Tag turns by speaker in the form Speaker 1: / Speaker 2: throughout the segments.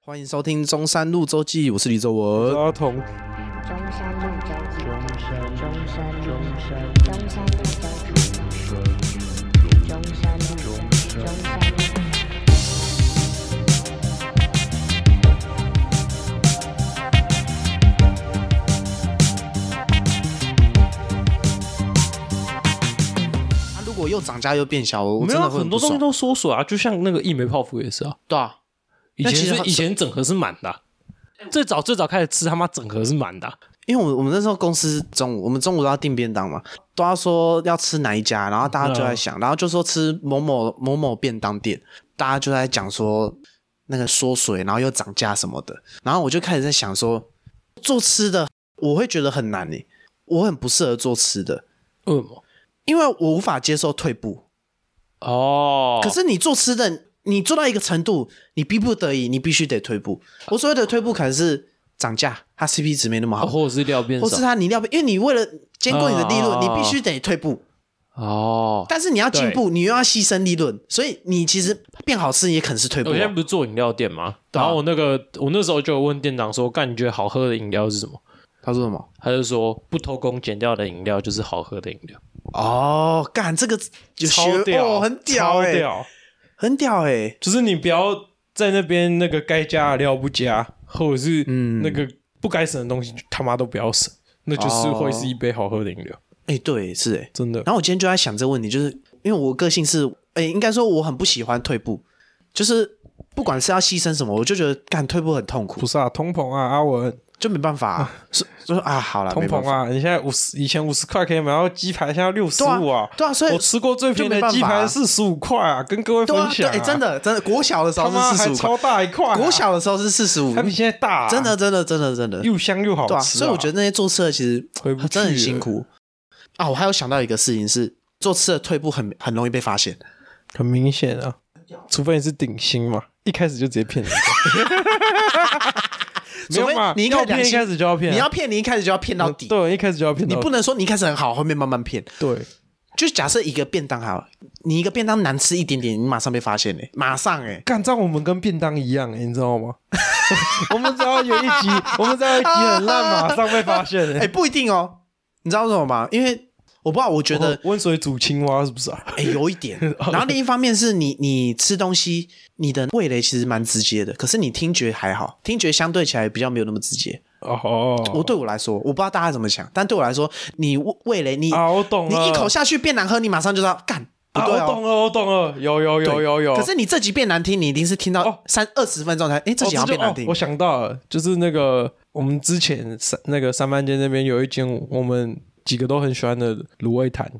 Speaker 1: 欢迎收听中山路周记，我是李周文。
Speaker 2: 儿童
Speaker 3: 中山路交际，中山路，中山路交际，中山路，中山路。
Speaker 1: 他、如果又涨价又变小，我
Speaker 2: 没
Speaker 1: 真
Speaker 2: 有
Speaker 1: 的
Speaker 2: 啊
Speaker 1: 会
Speaker 2: 很多
Speaker 1: 不
Speaker 2: 东西
Speaker 1: 爽
Speaker 2: 都缩水啊，就像那个一枚泡芙也是啊，
Speaker 1: 对啊，
Speaker 2: 以
Speaker 1: 但
Speaker 2: 前
Speaker 1: 其实
Speaker 2: 是
Speaker 1: 它
Speaker 2: 以前整盒是满的啊、最早最早开始吃他妈整盒是满的啊、
Speaker 1: 因为我们我们那时候公司中午，我们中午都要订便当嘛，都要说要吃哪一家，然后大家就在想，然后就说吃某某某某便当店，大家就在讲说那个缩水，然后又涨价什么的，然后我就开始在想说，做吃的我会觉得很难诶、我很不适合做吃的，
Speaker 2: 为什么？
Speaker 1: 因为我无法接受退步。
Speaker 2: 哦，
Speaker 1: 可是你做吃的，你做到一个程度，你逼不得已，你必须得退步。
Speaker 2: 啊
Speaker 1: 我所谓的退步，可能是涨价，它 CP 值没那么好，
Speaker 2: 哦或者是料变
Speaker 1: 或
Speaker 2: 少
Speaker 1: 是它你料，因为你为了兼顾你的利润，
Speaker 2: 啊
Speaker 1: 你必须得退步。
Speaker 2: 哦。
Speaker 1: 但是你要进步，你又要牺牲利润，所以你其实变好吃也可能是退步
Speaker 2: 我
Speaker 1: 啊、
Speaker 2: 现在不是做饮料店嘛，
Speaker 1: 对啊
Speaker 2: 然后我那个我那时候就有问店长说，干你觉得好喝的饮料是什么？
Speaker 1: 他说什么？
Speaker 2: 他就说不偷工减料的饮料就是好喝的饮料，
Speaker 1: 哦，干这个有
Speaker 2: 超
Speaker 1: 学
Speaker 2: 屌，
Speaker 1: 哦，很屌
Speaker 2: 超
Speaker 1: 哎、
Speaker 2: 屌，
Speaker 1: 很屌哎、
Speaker 2: 就是你不要在那边那个该加的料不加，或者是
Speaker 1: 嗯
Speaker 2: 那个不该省的东西他妈都不要省，那就是会是一杯好喝的饮料，
Speaker 1: 哎、对，是哎、
Speaker 2: 真的。
Speaker 1: 然后我今天就在想这个问题，就是因为我个性是，诶、应该说我很不喜欢退步，就是不管是要牺牲什么，我就觉得干退步很痛苦
Speaker 2: 不，是啊，通膨啊，阿文，
Speaker 1: 就没办法、啊，是就是啊，好了，
Speaker 2: 通
Speaker 1: 没办
Speaker 2: 膨
Speaker 1: 法，
Speaker 2: 啊！你现在五十，以前五十块可以买到鸡排，现在六十
Speaker 1: 对啊
Speaker 2: 五啊！
Speaker 1: 对啊所以
Speaker 2: 我吃过最便宜
Speaker 1: 就没
Speaker 2: 的
Speaker 1: 办
Speaker 2: 鸡
Speaker 1: 法啊
Speaker 2: 排四十五块啊，跟各位分
Speaker 1: 对啊，对，
Speaker 2: 享啊、
Speaker 1: 诶真的真的，国小的时
Speaker 2: 他
Speaker 1: 候
Speaker 2: 妈
Speaker 1: 是四
Speaker 2: 还
Speaker 1: 十五
Speaker 2: 超
Speaker 1: 块，
Speaker 2: 大一块、啊，
Speaker 1: 国小的时候是四十五
Speaker 2: 还，比现在大、啊，
Speaker 1: 真的真的真的真的，
Speaker 2: 又香又好吃、
Speaker 1: 对啊，所以我觉
Speaker 2: 得
Speaker 1: 得那些做吃的其实
Speaker 2: 回不去
Speaker 1: 真的很辛
Speaker 2: 了
Speaker 1: 苦啊。我还有想到一个事情是，做吃的退步很很容易被发现，
Speaker 2: 很明显啊，除非你是顶薪嘛，一开始就直接骗人家。 没有嘛
Speaker 1: 除非，你一
Speaker 2: 要
Speaker 1: 开始
Speaker 2: 骗一开始就要骗啊，嗯
Speaker 1: 你要骗你一开始就要骗到底，
Speaker 2: 对，一啊开始就要骗
Speaker 1: 你
Speaker 2: 到底，
Speaker 1: 不能说你一开始很好，后面慢慢骗。
Speaker 2: 对，
Speaker 1: 就假设一个便当好了，你一个便当难吃一点点，你马上被发现嘞、马上哎、
Speaker 2: 干这样我们跟便当一样、欸你知道吗？ 我们只要有一集，我们只要有一集很烂，马上被发现、
Speaker 1: 哎、
Speaker 2: 哎、
Speaker 1: 不一定哦，你知道为什么吗？因为我不知道，我觉得
Speaker 2: 哦温水煮青蛙是不是啊？
Speaker 1: 哎、有一点，然后另一方面是你你吃东西，你的味蕾其实蛮直接的，可是你听觉还好，听觉相对起来比较没有那么直接。
Speaker 2: 哦，
Speaker 1: 我对我来说，我不知道大家怎么想，但对我来说，你味味蕾你、
Speaker 2: 啊，我懂
Speaker 1: 你
Speaker 2: 了，
Speaker 1: 一口下去变难喝，你马上就知道干不
Speaker 2: 啊，
Speaker 1: 对
Speaker 2: 我
Speaker 1: 哦。
Speaker 2: 懂了，我懂了，有有有有有，
Speaker 1: 可是你这集变难听，你一定是听
Speaker 2: 哦
Speaker 1: 到三二十分钟才，哎、这
Speaker 2: 哦
Speaker 1: 集好像
Speaker 2: 这
Speaker 1: 变
Speaker 2: 就
Speaker 1: 难听。
Speaker 2: 哦我想到了，就是那个我们之前三那个三班街那边有一间我们几个都很喜欢的卤味摊，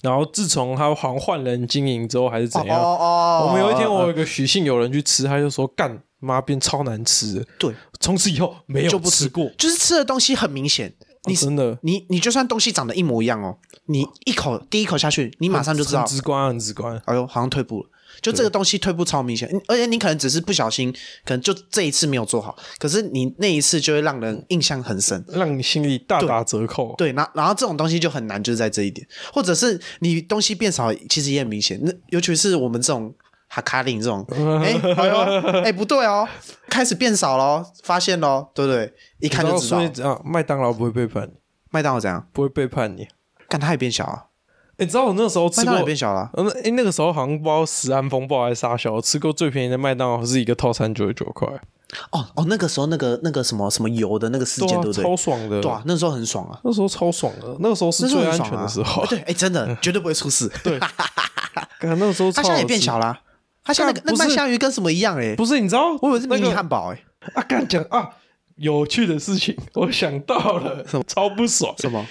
Speaker 2: 然后自从他好像换人经营之后还是怎样，
Speaker 1: 哦
Speaker 2: 我们有一天
Speaker 1: 哦
Speaker 2: 我有一个许姓友人去吃，他就说干妈变超难吃的，
Speaker 1: 对，
Speaker 2: 从此以后没有
Speaker 1: 就不
Speaker 2: 吃过，哦
Speaker 1: 就是吃的东西很明显，你、
Speaker 2: 真的
Speaker 1: 你你就算东西长得一模一样哦，你一口第一口下去，你马上就知道
Speaker 2: 很，直观很直观，
Speaker 1: 哎呦，好像退步了。就这个东西退步超明显，嗯而且你可能只是不小心，可能就这一次没有做好，可是你那一次就会让人印象很深。
Speaker 2: 让你心里大打折扣。
Speaker 1: 对，然然后这种东西就很难，就是在这一点，或者是你东西变少，其实也很明显。那尤其是我们这种哈卡林这 种，哎、哎呦，哎不对哦，开始变少咯，发现咯，对不对？一看就知道哦
Speaker 2: 所以这样麦当劳不会背叛你，
Speaker 1: 麦当劳怎样。
Speaker 2: 不会背叛你。哎
Speaker 1: 干它也变小啊，
Speaker 2: 你知道我那时候吃
Speaker 1: 麦当
Speaker 2: 过
Speaker 1: 劳也变小了啊、
Speaker 2: 嗯，那、欸、那个时候好像不知道食安风暴还是啥小，我吃过最便宜的麦当劳是一个套餐九十九块，
Speaker 1: 哦哦，那个时候那个那个什么什么油的那个事件，
Speaker 2: 啊
Speaker 1: 对不对？
Speaker 2: 超爽的，
Speaker 1: 对啊，那时候很爽啊，
Speaker 2: 那时候超爽的，那个时候是
Speaker 1: 那时候
Speaker 2: 最
Speaker 1: 很
Speaker 2: 安
Speaker 1: 爽
Speaker 2: 全
Speaker 1: 啊。
Speaker 2: 的时候嗯
Speaker 1: 哎，对，哎、真的绝对不会出事。对，
Speaker 2: 干那个时候
Speaker 1: 它现在
Speaker 2: 超好吃
Speaker 1: 也变小啦、它现在那个
Speaker 2: 干
Speaker 1: 那
Speaker 2: 不是
Speaker 1: 麦香鱼跟什么一样哎、
Speaker 2: 不是你知道，
Speaker 1: 我以为是
Speaker 2: 那
Speaker 1: 迷你
Speaker 2: 个
Speaker 1: 汉堡哎、
Speaker 2: 啊，刚讲啊，有趣的事情，我想到了，什么超不爽？
Speaker 1: 什么？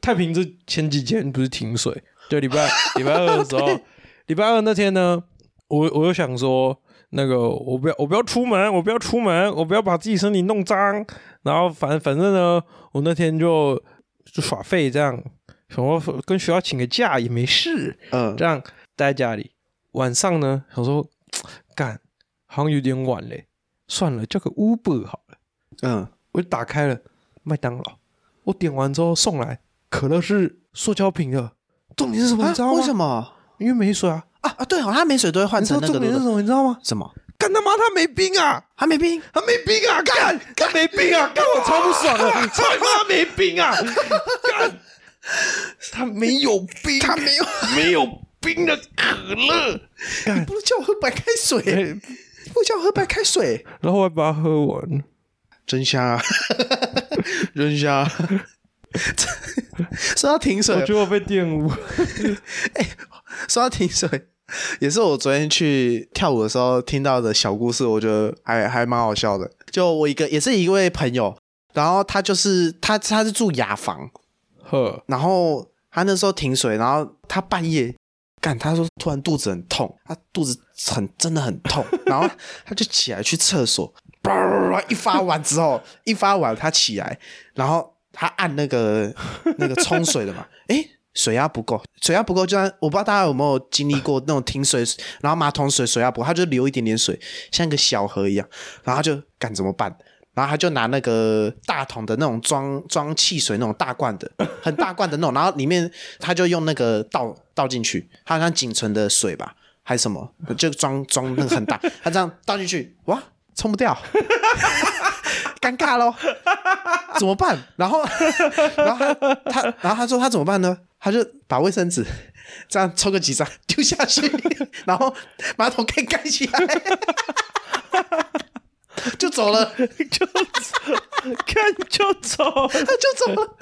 Speaker 2: 太平这前几天不是停水，就礼拜礼拜二的时候，礼拜二那天呢，我我又想说，那个我不要我不要出门，我不要出门，我不要把自己身体弄脏，然后反反正呢，我那天就就耍废这样，想说跟学校请个假也没事，
Speaker 1: 嗯
Speaker 2: 这样待在家里。晚上呢，想说干好像有点晚嘞，算了，叫个 Uber 好了。
Speaker 1: 嗯，
Speaker 2: 我就打开了麦当劳，我点完之后送来，可乐是塑胶瓶的。重点是什么？你知道
Speaker 1: 啊
Speaker 2: 吗？
Speaker 1: 为什？么
Speaker 2: 因为没水啊。
Speaker 1: 啊啊？对哦，它没水都会换
Speaker 2: 你知道
Speaker 1: 成那个
Speaker 2: 重点是什么？你知道吗？
Speaker 1: 什么？
Speaker 2: 干他妈他没冰啊！
Speaker 1: 还没冰，
Speaker 2: 他没病啊！干，他没病啊！干，我超不爽 的，操你妈没病啊！干，他没有病，他没有没有冰的可乐。 哎
Speaker 1: 你不叫我喝白开水，你不叫我喝白开水，
Speaker 2: 然后我还把它喝完，
Speaker 1: 真香啊，真香啊。 说到停水
Speaker 2: 我，觉得我被玷污。
Speaker 1: 说到停水，也是我昨天去跳舞的时候听到的小故事，我觉得还还蛮好笑的。就我一个也是一位朋友，然后他就是他他是住雅房，
Speaker 2: 呵，
Speaker 1: 然后他那时候停水，然后他半夜干，他说突然肚子很痛，他肚子很真的很痛，然后他就起来去厕所，叭叭叭一发完之后，一发完他起来，然后他按那个那个冲水的嘛，诶。水压不够，水压不够，就像我不知道大家有没有经历过那种停水，然后马桶水水压不够，他就流一点点水，像一个小河一样，然后他就干怎么办？然后他就拿那个大桶的那种装装汽水那种大罐的，很大罐的那种，然后里面他就用那个倒倒进去，他好像仅存的水吧，还是什么，就装装那个很大，他这样倒进去，哇，冲不掉，尴尬咯， 怎么办？然后，然后他他，然后他说他怎么办呢？他就把卫生纸这样抽个几张丢下去，然后马桶盖盖起来， 就走了。
Speaker 2: 就 看就走，
Speaker 1: 他就走了。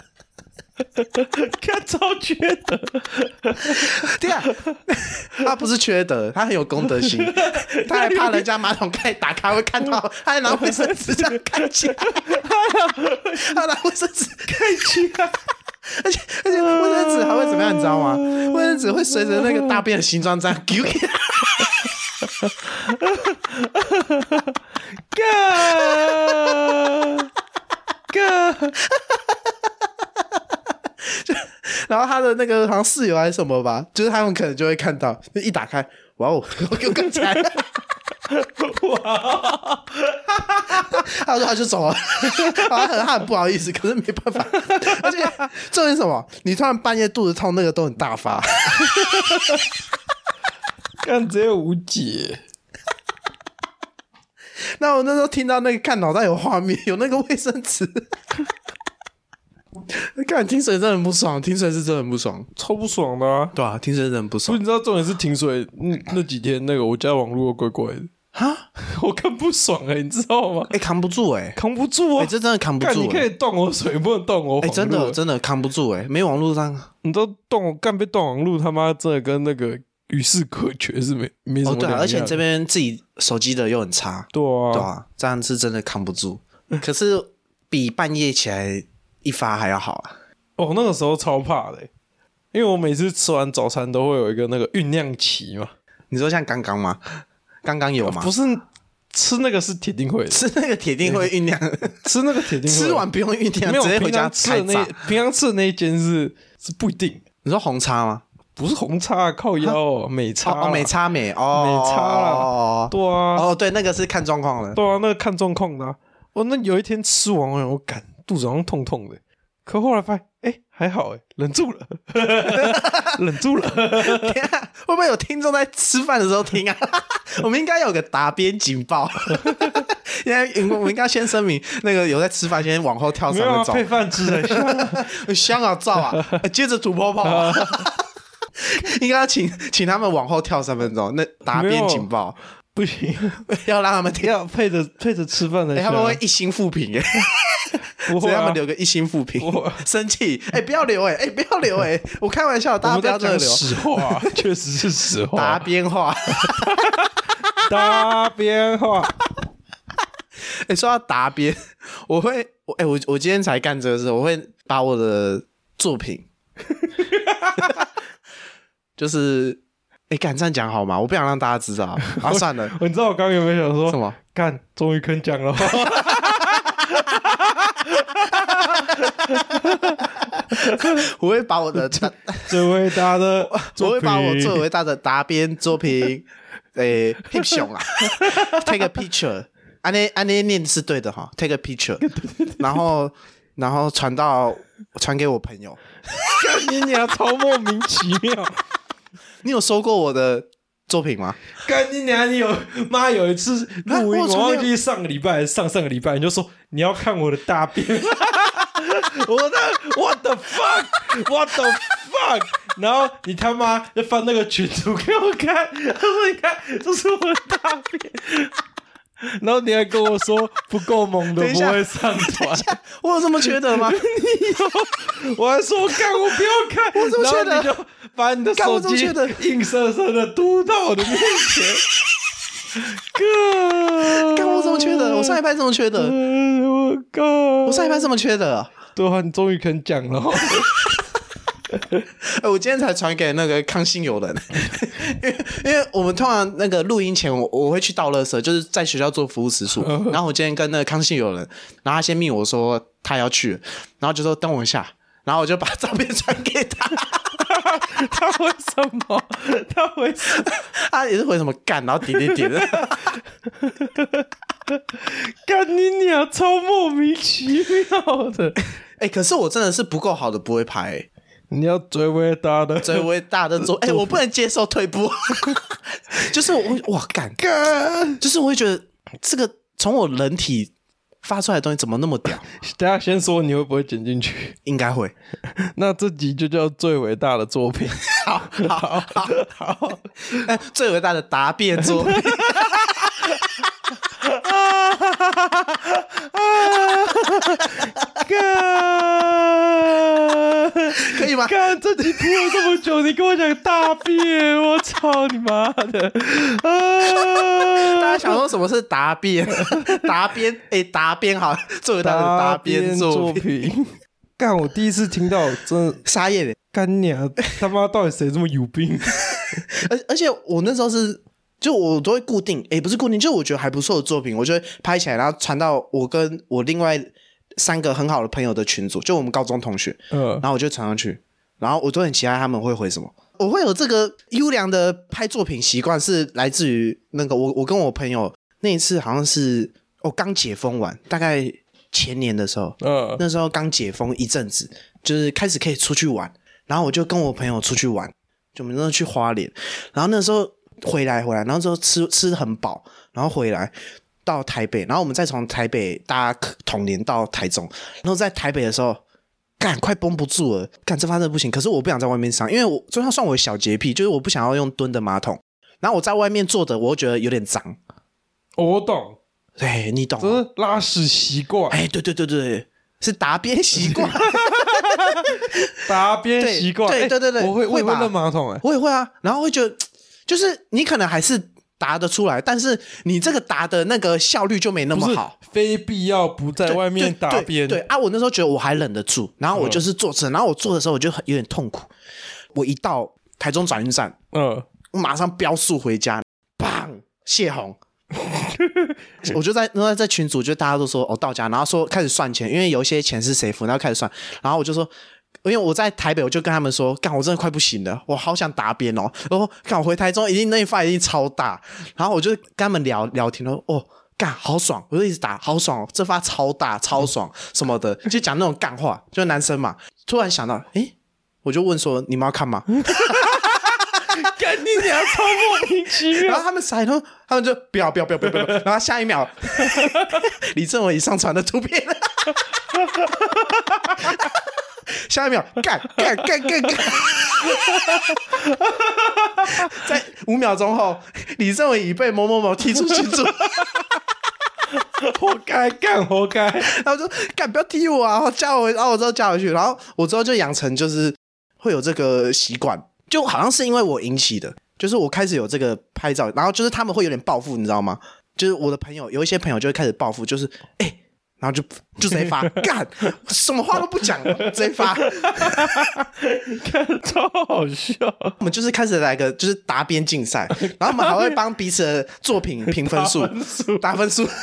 Speaker 2: 看超缺 德，
Speaker 1: 对啊，他不是缺德，他很有公德 心，他还怕人家马桶盖打开会看 到，他还拿卫生纸这样盖 起来，他拿卫生纸盖起来。而且而且卫生纸还会怎么样，你知道吗？卫生纸会随着那个大便的形状这 样丢给他，
Speaker 2: 干 干，
Speaker 1: 然后他的那个好像室友还是什么吧，就是他们可能就会看到，就一打开，哇哦，我又更惨， 哇，他说他就走了，然后他很他很不好意思，可是没办法，而且重点是什么？你突然半夜肚子痛，那个都很大发，
Speaker 2: 干只有无解。
Speaker 1: 那我那时候听到那个看脑袋有画面，有那个卫生纸，看听水真的很不爽，听水是真的很不爽，
Speaker 2: 超不爽的、啊。
Speaker 1: 对啊，听水真的很不
Speaker 2: 不，
Speaker 1: 爽
Speaker 2: 你知道重点是停水那那几天，那个我家网络怪怪的，
Speaker 1: 啊，
Speaker 2: 我看不爽哎、你知道吗？
Speaker 1: 哎、扛不住哎、
Speaker 2: 扛不住
Speaker 1: 哎、
Speaker 2: 啊！
Speaker 1: 这真的扛不
Speaker 2: 干
Speaker 1: 住、
Speaker 2: 你可以
Speaker 1: 欸。
Speaker 2: 断我水，不能断我网
Speaker 1: 哎、
Speaker 2: 络。啊
Speaker 1: 真的真的扛不住哎、没网络上
Speaker 2: 你都断我干被断网路，他妈真的跟那个与世隔绝是没没什
Speaker 1: 哦，
Speaker 2: 么两样。
Speaker 1: 对啊、而且你这边自己手机的又很差，
Speaker 2: 对啊，
Speaker 1: 对啊，这样是真的扛不住。可是比半夜起来一发还要好啊！
Speaker 2: 哦，那个时候超怕的欸、因为我每次吃完早餐都会有一个那个酝酿期嘛，
Speaker 1: 你说像刚刚吗？刚刚有吗？
Speaker 2: 哦不是吃那个是铁定会 的，
Speaker 1: 吃那个铁定会酝酿，
Speaker 2: 吃那个铁定会
Speaker 1: 吃完不用酝酿，
Speaker 2: 没有
Speaker 1: 直接回
Speaker 2: 平
Speaker 1: 家
Speaker 2: 常吃
Speaker 1: 开
Speaker 2: 的
Speaker 1: 炸
Speaker 2: 那。平常吃的那一间是是不一定，
Speaker 1: 你说红叉吗？
Speaker 2: 不是红叉靠腰哦，美叉
Speaker 1: 哦
Speaker 2: 啦
Speaker 1: 哦，美叉美哦，
Speaker 2: 美差啦
Speaker 1: 哦
Speaker 2: 对啊，
Speaker 1: 哦，对，那个是看状况了。
Speaker 2: 对啊，那个看状况的、啊。我那有一天吃完，我想我感肚子好像痛痛的，可后来发现，哎、还好哎、忍 住了，忍住了。
Speaker 1: 天啊，会不会有听众在吃饭的时候听啊？ 我们应该有个打边警报。 现在我们应该先声明，那个有在吃饭，先往后跳
Speaker 2: 没
Speaker 1: 三
Speaker 2: 有啊
Speaker 1: 分钟
Speaker 2: 配。饭吃 的，
Speaker 1: 香啊，照啊， 接着吐泡泡啊。应该要请请他们往后跳三分钟，那打边警报，
Speaker 2: 不行，
Speaker 1: 要让他们听。
Speaker 2: 要配着配着吃饭的、
Speaker 1: 哎、他们会一心复评哎，
Speaker 2: 啊不
Speaker 1: 所
Speaker 2: 会、
Speaker 1: 以
Speaker 2: 啊、
Speaker 1: 他们留个一心复评
Speaker 2: 不会啊，
Speaker 1: 生气哎、不要留哎、哎、不要留哎、我开玩笑，
Speaker 2: 我
Speaker 1: 大家
Speaker 2: 们
Speaker 1: 不
Speaker 2: 在
Speaker 1: 要这
Speaker 2: 讲
Speaker 1: 么留，
Speaker 2: 实 话啊，确实是实话
Speaker 1: 打
Speaker 2: 啊。
Speaker 1: 边话。
Speaker 2: 搭边话，
Speaker 1: 哎、 说到答辩，我会，我哎、我我今天才干这个事，我会把我的作品，就是，哎、敢这样讲好吗？我不想让大家知道啊，啊算了，
Speaker 2: 你知道我刚刚有没有想说
Speaker 1: 什么？
Speaker 2: 干，终于肯 讲了。
Speaker 1: 我会把我的，
Speaker 2: 最伟大的
Speaker 1: 我
Speaker 2: 作
Speaker 1: 会
Speaker 2: 品，
Speaker 1: 把我最 伟大的答辩作品，哎、拍熊啊，take a picture，安 尼安尼念是对的哈，take a picture，然后然后传到传给我朋友，
Speaker 2: 干你娘，超莫名其妙。
Speaker 1: 你有收过我的作品吗？
Speaker 2: 干你娘！你有妈有一次
Speaker 1: 啊
Speaker 2: 录音，
Speaker 1: 我从
Speaker 2: 我
Speaker 1: 没有
Speaker 2: 忘记上个礼拜还是上上个礼拜，你就说你要看我的大便， 我那 what the fuck，what the fuck，然后你他妈就翻那个群组给我看，他说你看这是我的大便，然后你还跟我说不够猛的
Speaker 1: 等一
Speaker 2: 不
Speaker 1: 下
Speaker 2: 会上传，
Speaker 1: 我有这么缺德吗？
Speaker 2: 我还说干我不要看，
Speaker 1: 我怎么觉得
Speaker 2: 然后你就把你的
Speaker 1: 干
Speaker 2: 手
Speaker 1: 我怎么
Speaker 2: 机
Speaker 1: 觉得
Speaker 2: 硬生生的嘟到我的面前。哥，
Speaker 1: 干我这么缺德？我上一拍这么缺德？
Speaker 2: 嗯我靠！
Speaker 1: 我上一拍这么缺德啊？
Speaker 2: 对啊，你终于肯讲了 哦。
Speaker 1: 哎、我今天才传给那个康信友人， 因为因为我们通常那个录音前我，我会去倒垃圾，就是在学校做服务时数。然后我今天跟那个康信友人，然后他先命我说他要去，然后就说等我一下，然后我就把照片传给他，
Speaker 2: 他为什么？他为什么？
Speaker 1: 他也是回什么干，然后点点点，
Speaker 2: 干你娘！超莫名其妙的。
Speaker 1: 哎、可是我真的是不够好的，不会拍、欸，
Speaker 2: 你要追尾他的，
Speaker 1: 所以我会大的做， 哎、我不能接受退步， 就是我会哇 干，
Speaker 2: 干！
Speaker 1: 就是我会觉得这个从我人体发出来的东西怎么那么 屌，
Speaker 2: 大家先说你会不会剪进去？
Speaker 1: 应该会。
Speaker 2: 那这集就叫最伟大的作品。
Speaker 1: 好好好好，哎，最伟大的答辩作品。
Speaker 2: 干！
Speaker 1: 可以吗
Speaker 2: 干，这集铺了这么久，你跟我讲大便，我操你妈的！啊！
Speaker 1: 大家想说什么是答辩？答辩，哎，答辩好，最伟大的答辩作品，
Speaker 2: 品。干，我第一次听到，真的
Speaker 1: 沙耶的。
Speaker 2: 干娘他妈，到底谁这么有 病？
Speaker 1: 而而且我那时候是，就我都会固定，哎，不是固定，就我觉得还不错的作品，我就会拍起来，然后传到我跟我另外三个很好的朋友的群组，就我们高中同学，
Speaker 2: 嗯
Speaker 1: 然，后我就传上去，然后我都很期待他们会回什么。我会有这个优良的拍作品习惯，是来自于那个我我跟我朋友那一次好像是哦刚解封完，大概前年的时候，
Speaker 2: 嗯，
Speaker 1: 那时候刚解封一阵子，就是开始可以出去玩，然后我就跟我朋友出去玩，就我们那时候去花莲，然后那时候回来回来，然后之后吃吃得很饱，然后回来到台北，然后我们再从台北搭统联到台中，然后在台北的时候。干，快绷不住了！干，这发生不行。可是我不想在外面上，因为我就算算我的小洁癖，就是我不想要用蹲的马桶。然后我在外面坐的，我又觉得有点脏。
Speaker 2: 我懂，
Speaker 1: 对，你懂
Speaker 2: 这
Speaker 1: 哦？
Speaker 2: 是拉屎习惯，
Speaker 1: 哎，对对对对，是答辩习惯。
Speaker 2: 答辩
Speaker 1: 对
Speaker 2: 习惯。
Speaker 1: 对
Speaker 2: 哎
Speaker 1: 对对对
Speaker 2: 我会我
Speaker 1: 会
Speaker 2: 也会
Speaker 1: 吧
Speaker 2: 扔马桶哎。
Speaker 1: 我也会啊，然后会觉得，就是你可能还是答得出来，但是你这个答的那个效率就没那
Speaker 2: 不
Speaker 1: 么
Speaker 2: 是
Speaker 1: 好。，
Speaker 2: 非必要不在
Speaker 1: 对
Speaker 2: 外面
Speaker 1: 对
Speaker 2: 大
Speaker 1: 对
Speaker 2: 便。
Speaker 1: 对，啊，我那时候觉得我还忍得住，然后我
Speaker 2: 嗯
Speaker 1: 就是坐着，然后我坐的时候我就很有点痛苦。我一到台中转运站，
Speaker 2: 嗯，
Speaker 1: 我马上飙速回家，砰！泄洪。 我就在那在群组，就大家都说哦到家，然后说开始算钱，因为有一些钱是谁付，然后开始算，然后我就说，因为我在台北，我就跟他们说，干我真的快不行了，我好想答辩哦，然后干我回台中一定那一发一定超大，然后我就跟他们聊聊天，哦哦干好爽，我就一直打好爽哦，这发超大超爽什么的，就讲那种干话，就是男生嘛，突然想到，诶，我就问说你们要看吗？
Speaker 2: 干你娘，超莫名其
Speaker 1: 然
Speaker 2: 妙。
Speaker 1: 后他们傻眼，然后他们就不要不要不要不要不要，然后下一秒，李正文已上传的图片，下一秒干干干干干，在五秒钟后，李正文已被某某某踢出群组，
Speaker 2: 活该干，活该。
Speaker 1: 然后就干不要踢我啊，然后加我回，然后我之后加回去，然后我之后就养成就是会有这个习惯，就好像是因为我引起的，就是我开始有这个拍照，然后就是他们会有点报复，你知道吗？就是我的朋友有一些朋友就会开始报复，就是哎、然后就就直接 发干，什么话都不讲，直接发。
Speaker 2: 看，超好笑。
Speaker 1: 我们就是开始来个就是答辩竞赛，然后我们还会帮彼此的作品评分数
Speaker 2: 打分数、
Speaker 1: 打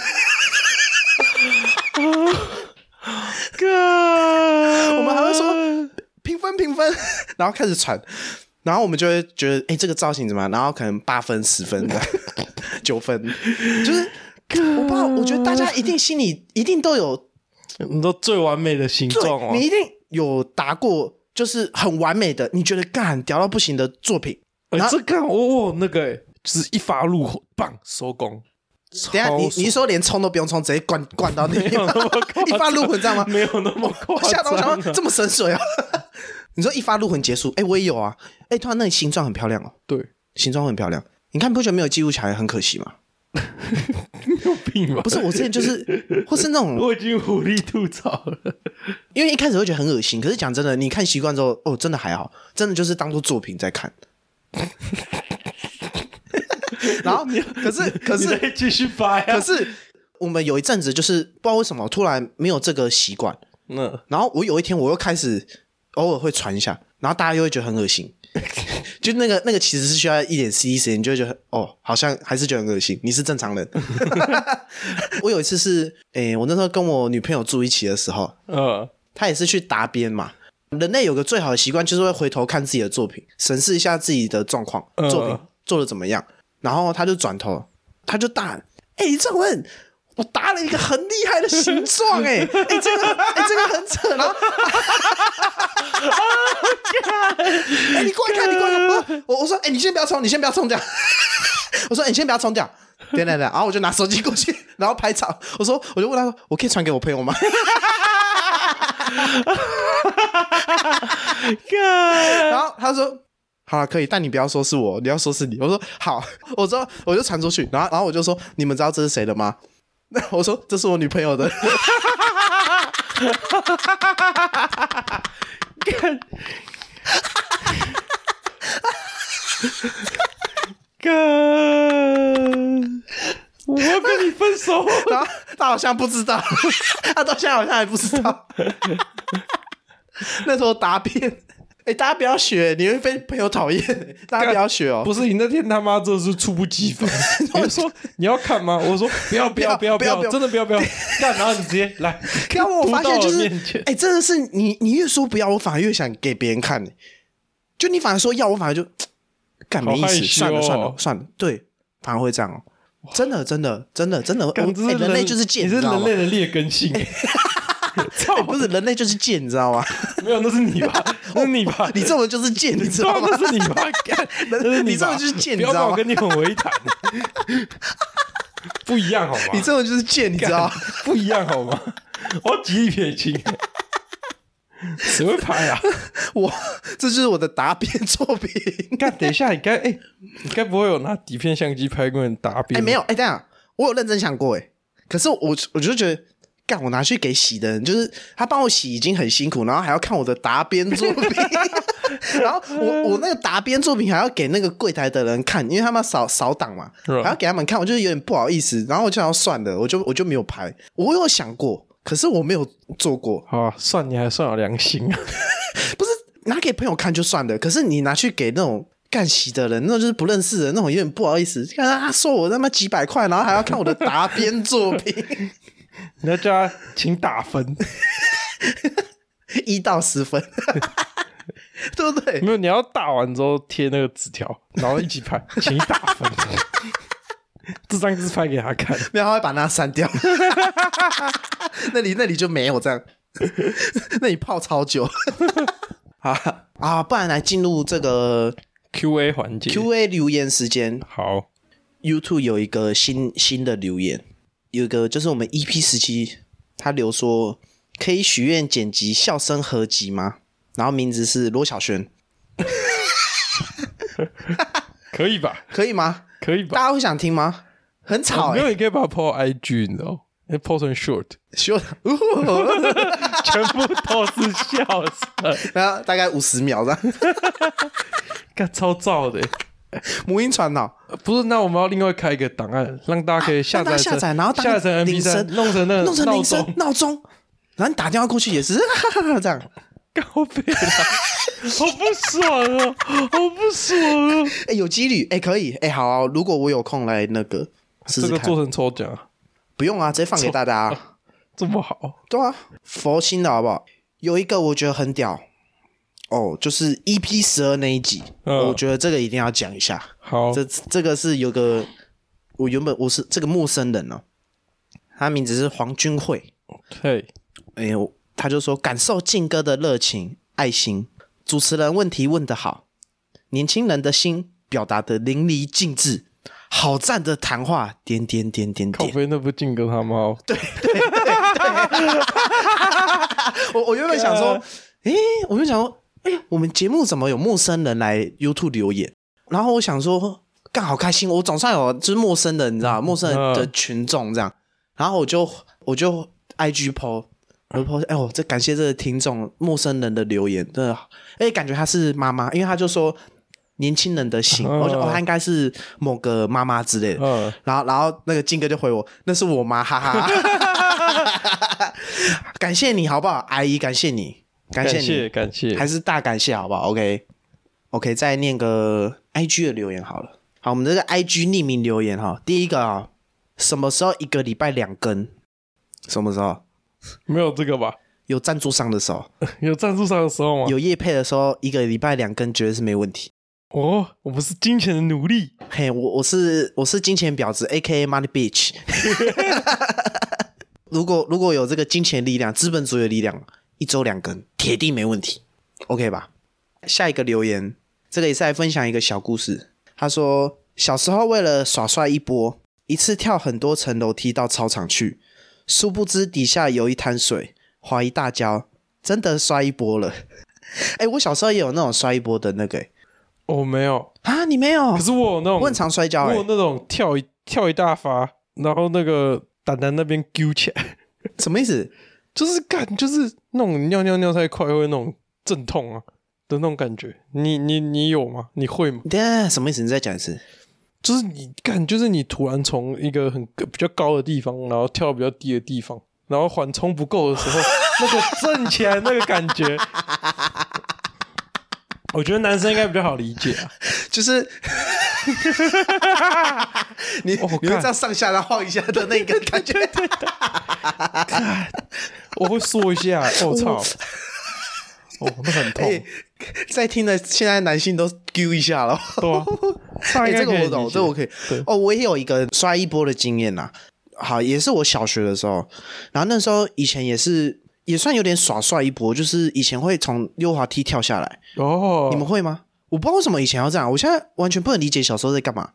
Speaker 1: 分数。
Speaker 2: 干，
Speaker 1: 我们还会说评分评分， 然后开始传，然后我们就会觉得，哎、这个造型怎么样？然后可能八分、十分 的，九分，就是我不知道，我觉得大家一定心里一定都有，
Speaker 2: 你都最完美的形状哦
Speaker 1: 对，。你一定有答过，就是很完美的，你觉得干屌到不行的作品，
Speaker 2: 哎、
Speaker 1: 然后
Speaker 2: 这个哦，那个、哎就是一发入火，棒收工。
Speaker 1: 等一下你
Speaker 2: 超爽
Speaker 1: 你是说连冲都不用冲，直接 灌灌到那个地
Speaker 2: 没有那
Speaker 1: 方
Speaker 2: 么夸张
Speaker 1: 一发入魂，这样吗？
Speaker 2: 没有那么 夸
Speaker 1: 我吓到，我想
Speaker 2: 张
Speaker 1: 说
Speaker 2: 啊，
Speaker 1: 这么深邃啊！ 你说一发入魂结束，哎、我也有啊，哎、突然那个形状很漂亮哦，
Speaker 2: 对，
Speaker 1: 形状很漂亮。你看，你不觉得没有记录起来很可惜吗？
Speaker 2: 有病吧？
Speaker 1: 不是，我之前 就是，或是那种，
Speaker 2: 我已经无力吐槽了。
Speaker 1: 因为一开始会觉得很恶心，可是讲真的，你看习惯之后，哦，真的还好，真的就是当做作品在 看。然后，可是，可
Speaker 2: 你
Speaker 1: 是，
Speaker 2: 再继续发呀
Speaker 1: 可？是，我们有一阵子就是不知道为什么突然没有这个习惯，
Speaker 2: 那
Speaker 1: 然后我有一天我又开始偶尔会传一下，然后大家又会觉得很恶心，就那个那个其实是需要一点 C E 时间，你就会觉得哦，好像还是觉得很恶心，你是正常人。 我有一次是，诶、我那时候跟我女朋友住一起的时候，
Speaker 2: 呃，
Speaker 1: 她也是去答辩嘛。人类有个最好的习惯，就是会回头看自己的作品，审视一下自己的状况，
Speaker 2: 嗯
Speaker 1: 作品做的怎么样。然后他就转头，他就大喊：“哎、郑文，我搭了一个很厉害的形状、欸，哎、哎，这个，哎、这个很扯。”然后， 哎、你过来看，你过来
Speaker 2: 哦
Speaker 1: 看。我说我我说，哎、你先不要冲，你先不要冲掉。 我说、哎你先不要冲掉。等等等，然后我就拿手机过去，然后拍照。我说，我就问他说，我可以传给我朋友吗？然后他说：“好了，可以，但你不要说是我，你要说是你。”我说：“好。”我说：“我就传出去。”然后，然后我就说：“你们知道这是谁的吗？”我说：“这是我女朋友的。
Speaker 2: 干！我要跟你分手。”
Speaker 1: 然后他好像不知道，他到现在好像还不知道。那时候答辩，哎、大家不要学，你会被朋友讨厌。大家不要学哦，
Speaker 2: 不是你那天他妈真的是猝不及防。 你就说你要看吗？我说不要不要不要
Speaker 1: 不要不要
Speaker 2: 真的不 要不要。干，然后你直接来，
Speaker 1: 要我发现就是
Speaker 2: 扑到我面，前
Speaker 1: 哎、真的是你，你越说不要，我反而越想给别人看、欸就你反而说要，我反而就干没意
Speaker 2: 好害
Speaker 1: 思，
Speaker 2: 羞
Speaker 1: 算了
Speaker 2: 哦
Speaker 1: 算了算了，对，反而会这样哦、真的真的真的真的，我
Speaker 2: 干
Speaker 1: 哎人类就是贱，
Speaker 2: 你是
Speaker 1: 知道吗
Speaker 2: 人类的劣根性。 操
Speaker 1: 哎，不是人类就是贱，你知道吗？
Speaker 2: 没有，那是你吧？那是你吧？
Speaker 1: 哦你这种就是贱，你知
Speaker 2: 对啊
Speaker 1: 道吗？
Speaker 2: 那是你吧？ 干，那是
Speaker 1: 你这
Speaker 2: 吧
Speaker 1: 种就是贱
Speaker 2: 不要
Speaker 1: 你知道
Speaker 2: 把
Speaker 1: 吗
Speaker 2: 我跟你混为一谈， 不一样好吗？
Speaker 1: 你这种就是贱，你知道吗？
Speaker 2: 不一样好吗？我极力撇清，谁会拍 啊？
Speaker 1: 我这就是我的答辩作品。
Speaker 2: 看，等一下，你该哎，你该不会有拿底片相机拍过人答辩？
Speaker 1: 哎、没有，，哎、这样我有认真想过，哎，可是我我就觉得，干，我拿去给洗的人，就是他帮我洗已经很辛苦，然后还要看我的答辩作品，然后我我那个答辩作品还要给那个柜台的人看，因为他们要扫扫档嘛，
Speaker 2: 是啊
Speaker 1: 还要给他们看，我就有点不好意思，然后我就想要算了，我就我就没有拍，我有想过，可是我没有做过，
Speaker 2: 好啊，算你还算有良心啊！
Speaker 1: 不是拿给朋友看就算了，可是你拿去给那种。干洗的人，那种就是不认识的人，那种有点不好意思。看他收我他妈几百块，然后还要看我的答辩作品。
Speaker 2: 你要叫他请打分，
Speaker 1: 一到十 分，对不对？
Speaker 2: 没有，你要打完之后贴那个纸条，然后一起拍，请打分。 这张就是拍给他看，
Speaker 1: 没有，他会把那删 掉。那里那里就没有这样，那里泡超 久。好啊，不然来进入这个
Speaker 2: Q&A 环节
Speaker 1: Q&A 留言时间。
Speaker 2: 好，
Speaker 1: YouTube 有一个新新的留言，有一个就是我们 E EP 时期，他留说可以许愿剪辑笑声合集吗？然后名字是罗小璇，
Speaker 2: 可以吧？
Speaker 1: 可以吗？
Speaker 2: 可以吧？
Speaker 1: 大家会想听吗？很吵、
Speaker 2: 哦没
Speaker 1: 欸，
Speaker 2: 有，你可以把它 po 到 IG，你知道吗？那 po 成 short，
Speaker 1: 修，哦
Speaker 2: 全部都是笑声，
Speaker 1: 然后啊大概五十秒这样。
Speaker 2: 看超燥的。
Speaker 1: 母婴哦传脑，
Speaker 2: 不是，那我们要另外开一个档案，让大家可以下
Speaker 1: 让
Speaker 2: 载
Speaker 1: 它
Speaker 2: 成、
Speaker 1: 下载，然后当
Speaker 2: 下载成
Speaker 1: 铃
Speaker 2: MP
Speaker 1: 声
Speaker 2: 三，，弄成那个
Speaker 1: 弄成
Speaker 2: 闹
Speaker 1: 铃声
Speaker 2: 钟，
Speaker 1: 闹钟，然后你打电话过去也是哈哈哈这样。
Speaker 2: 高配啦，好不爽啊，好不爽啊！
Speaker 1: 哎，有几率，哎，可以，哎，好啊，如果我有空来那个试试
Speaker 2: 这个
Speaker 1: 看
Speaker 2: 做，成抽奖啊，
Speaker 1: 不用啊，直接放给大家啊。
Speaker 2: 这么好，
Speaker 1: 对啊，佛心的好不好？有一个我觉得很屌哦，就是 EP 十二那一集，
Speaker 2: 嗯哦
Speaker 1: 我觉得这个一定要讲一下。
Speaker 2: 好，
Speaker 1: 这这个是有个我原本我是这个陌生人哦，他名字是黄君慧，
Speaker 2: 嘿，
Speaker 1: 哎呦，他就说感受劲歌的热情、爱心。主持人问题问得好，年轻人的心表达的淋漓尽致，好赞的谈话，点点点点
Speaker 2: 靠
Speaker 1: 点。
Speaker 2: 飞那不靖哥他妈哦，对，
Speaker 1: 我我原本想说，诶、我就想说，哎、我们节目怎么有陌生人来 YouTube 留言？然后我想说，干好开心，我总算有就是陌生人，你知道吗，陌生人的群众这样。然后我就我就 IG po，我就 po，哎、我这感谢这个听众陌生人的留言，真的，哎、感觉她是妈妈，因为她就说年轻人的心，
Speaker 2: 嗯
Speaker 1: 我就哦，她应该是某个妈妈之类的。
Speaker 2: 嗯，
Speaker 1: 然后，然后那个金哥就回我：“那是我妈，哈 哈。”感谢你好不好，阿姨？感谢你，感谢
Speaker 2: 感
Speaker 1: 你，
Speaker 2: 谢感谢，
Speaker 1: 还是大感谢好不好？OK，OK，、OK，再念个 IG 的留言好了。好，我们这个 IG 匿名留言哈，第一个啊、什么时候一个礼拜两更？什么时候？
Speaker 2: 没有这个吧？
Speaker 1: 有赞助商的时候，
Speaker 2: 有赞助商的时候吗？
Speaker 1: 有业配的时候，一个礼拜两更绝对是没问题。
Speaker 2: 哦，我们是金钱的奴隶，
Speaker 1: 嘿，我我是我是金钱婊子，A K A Money Bitch。如果如果有这个金钱力量、资本主义的力量，一周两更，铁定没问题，OK 吧？下一个留言，这个也是来分享一个小故事。他说，小时候为了耍帅一波，一次跳很多层楼梯到操场去，殊不知底下有一滩水，滑一大跤，真的摔一波了。 哎、我小时候也有那种摔一波的那个、欸
Speaker 2: 我、哦没有，
Speaker 1: 啊，你没有
Speaker 2: 可？是我有那种，
Speaker 1: 我很常摔跤、欸，
Speaker 2: 我有那种跳一跳一大发，然后那个胆胆那边揪起来，
Speaker 1: 什么意思？
Speaker 2: 就是感就是那种尿尿尿太快会那种阵痛啊的那种感觉。你你你有吗？你会吗？
Speaker 1: 你等一下什么意思？你再讲一次。
Speaker 2: 就是你感，就是你突然从一个很比较高的地方，然后跳到比较低的地方，然后缓冲不够 的时候，那个震起来那个感觉，我觉得男生应该比较好理解啊。
Speaker 1: 就是 你、
Speaker 2: 哦
Speaker 1: 你会
Speaker 2: 干
Speaker 1: 这样上下然后晃一下的那个 感觉，
Speaker 2: 我会缩一 下，我、操，哦，那很痛，
Speaker 1: 哎在听的现在男性都丢一下了。
Speaker 2: 对啊， 大
Speaker 1: 哎、
Speaker 2: 概
Speaker 1: 这个
Speaker 2: 可以
Speaker 1: 我懂，
Speaker 2: 理解
Speaker 1: 这个我可以
Speaker 2: 对。
Speaker 1: 哦，我也有一个摔一波的经验呐、好，也是我小学的时候，然后那时候以前也是也算有点耍帅一波，就是以前会从溜滑梯跳下来，
Speaker 2: 哦，
Speaker 1: 你们会吗？我不知道为什么以前要这样，我现在完全不能理解小时候在干嘛。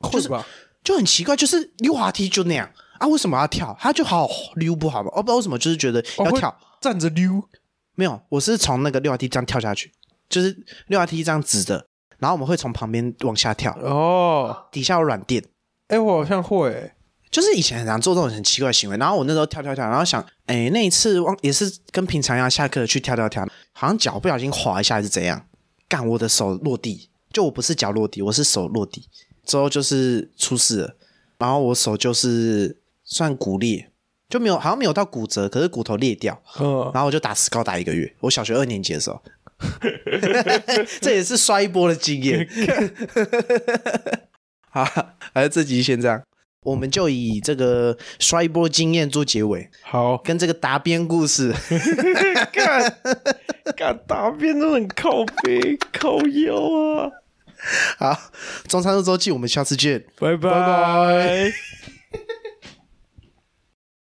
Speaker 2: 会吧？
Speaker 1: 就很奇怪，就是溜滑梯就那样啊，为什么要跳？他就好好溜不好吗？哦，不知道为什么，就是觉得
Speaker 2: 哦
Speaker 1: 要
Speaker 2: 会
Speaker 1: 跳。
Speaker 2: 站着溜，
Speaker 1: 没有，我是从那个溜滑梯这样跳下去，就是溜滑梯这样直的，然后我们会从旁边往下跳，
Speaker 2: 哦，
Speaker 1: 底下有软垫。
Speaker 2: 哎、我好像会、
Speaker 1: 就是以前很常做这种很奇怪的行为，然后我那时候跳跳跳，然后想，哎、那一次忘也是跟平常一样，下课去跳跳跳，好像脚不小心滑一下还是怎样，干我的手落地，就我不是脚落地，我是手落地，之后就是出事了，然后我手就是算骨裂，就没有好像没有到骨折，可是骨头裂掉，
Speaker 2: 嗯，
Speaker 1: 然后我就打石膏打一个月，我小学二年级的时候， 这也是摔一波的经验。 好，还是这集先这样，我们就以这个摔一波经验做结尾，
Speaker 2: 好，
Speaker 1: 跟这个答辩故事。
Speaker 2: 干干大便都很靠背靠腰啊，
Speaker 1: 好，中山路周记，我们下次见。
Speaker 2: 拜
Speaker 1: 拜
Speaker 2: 拜。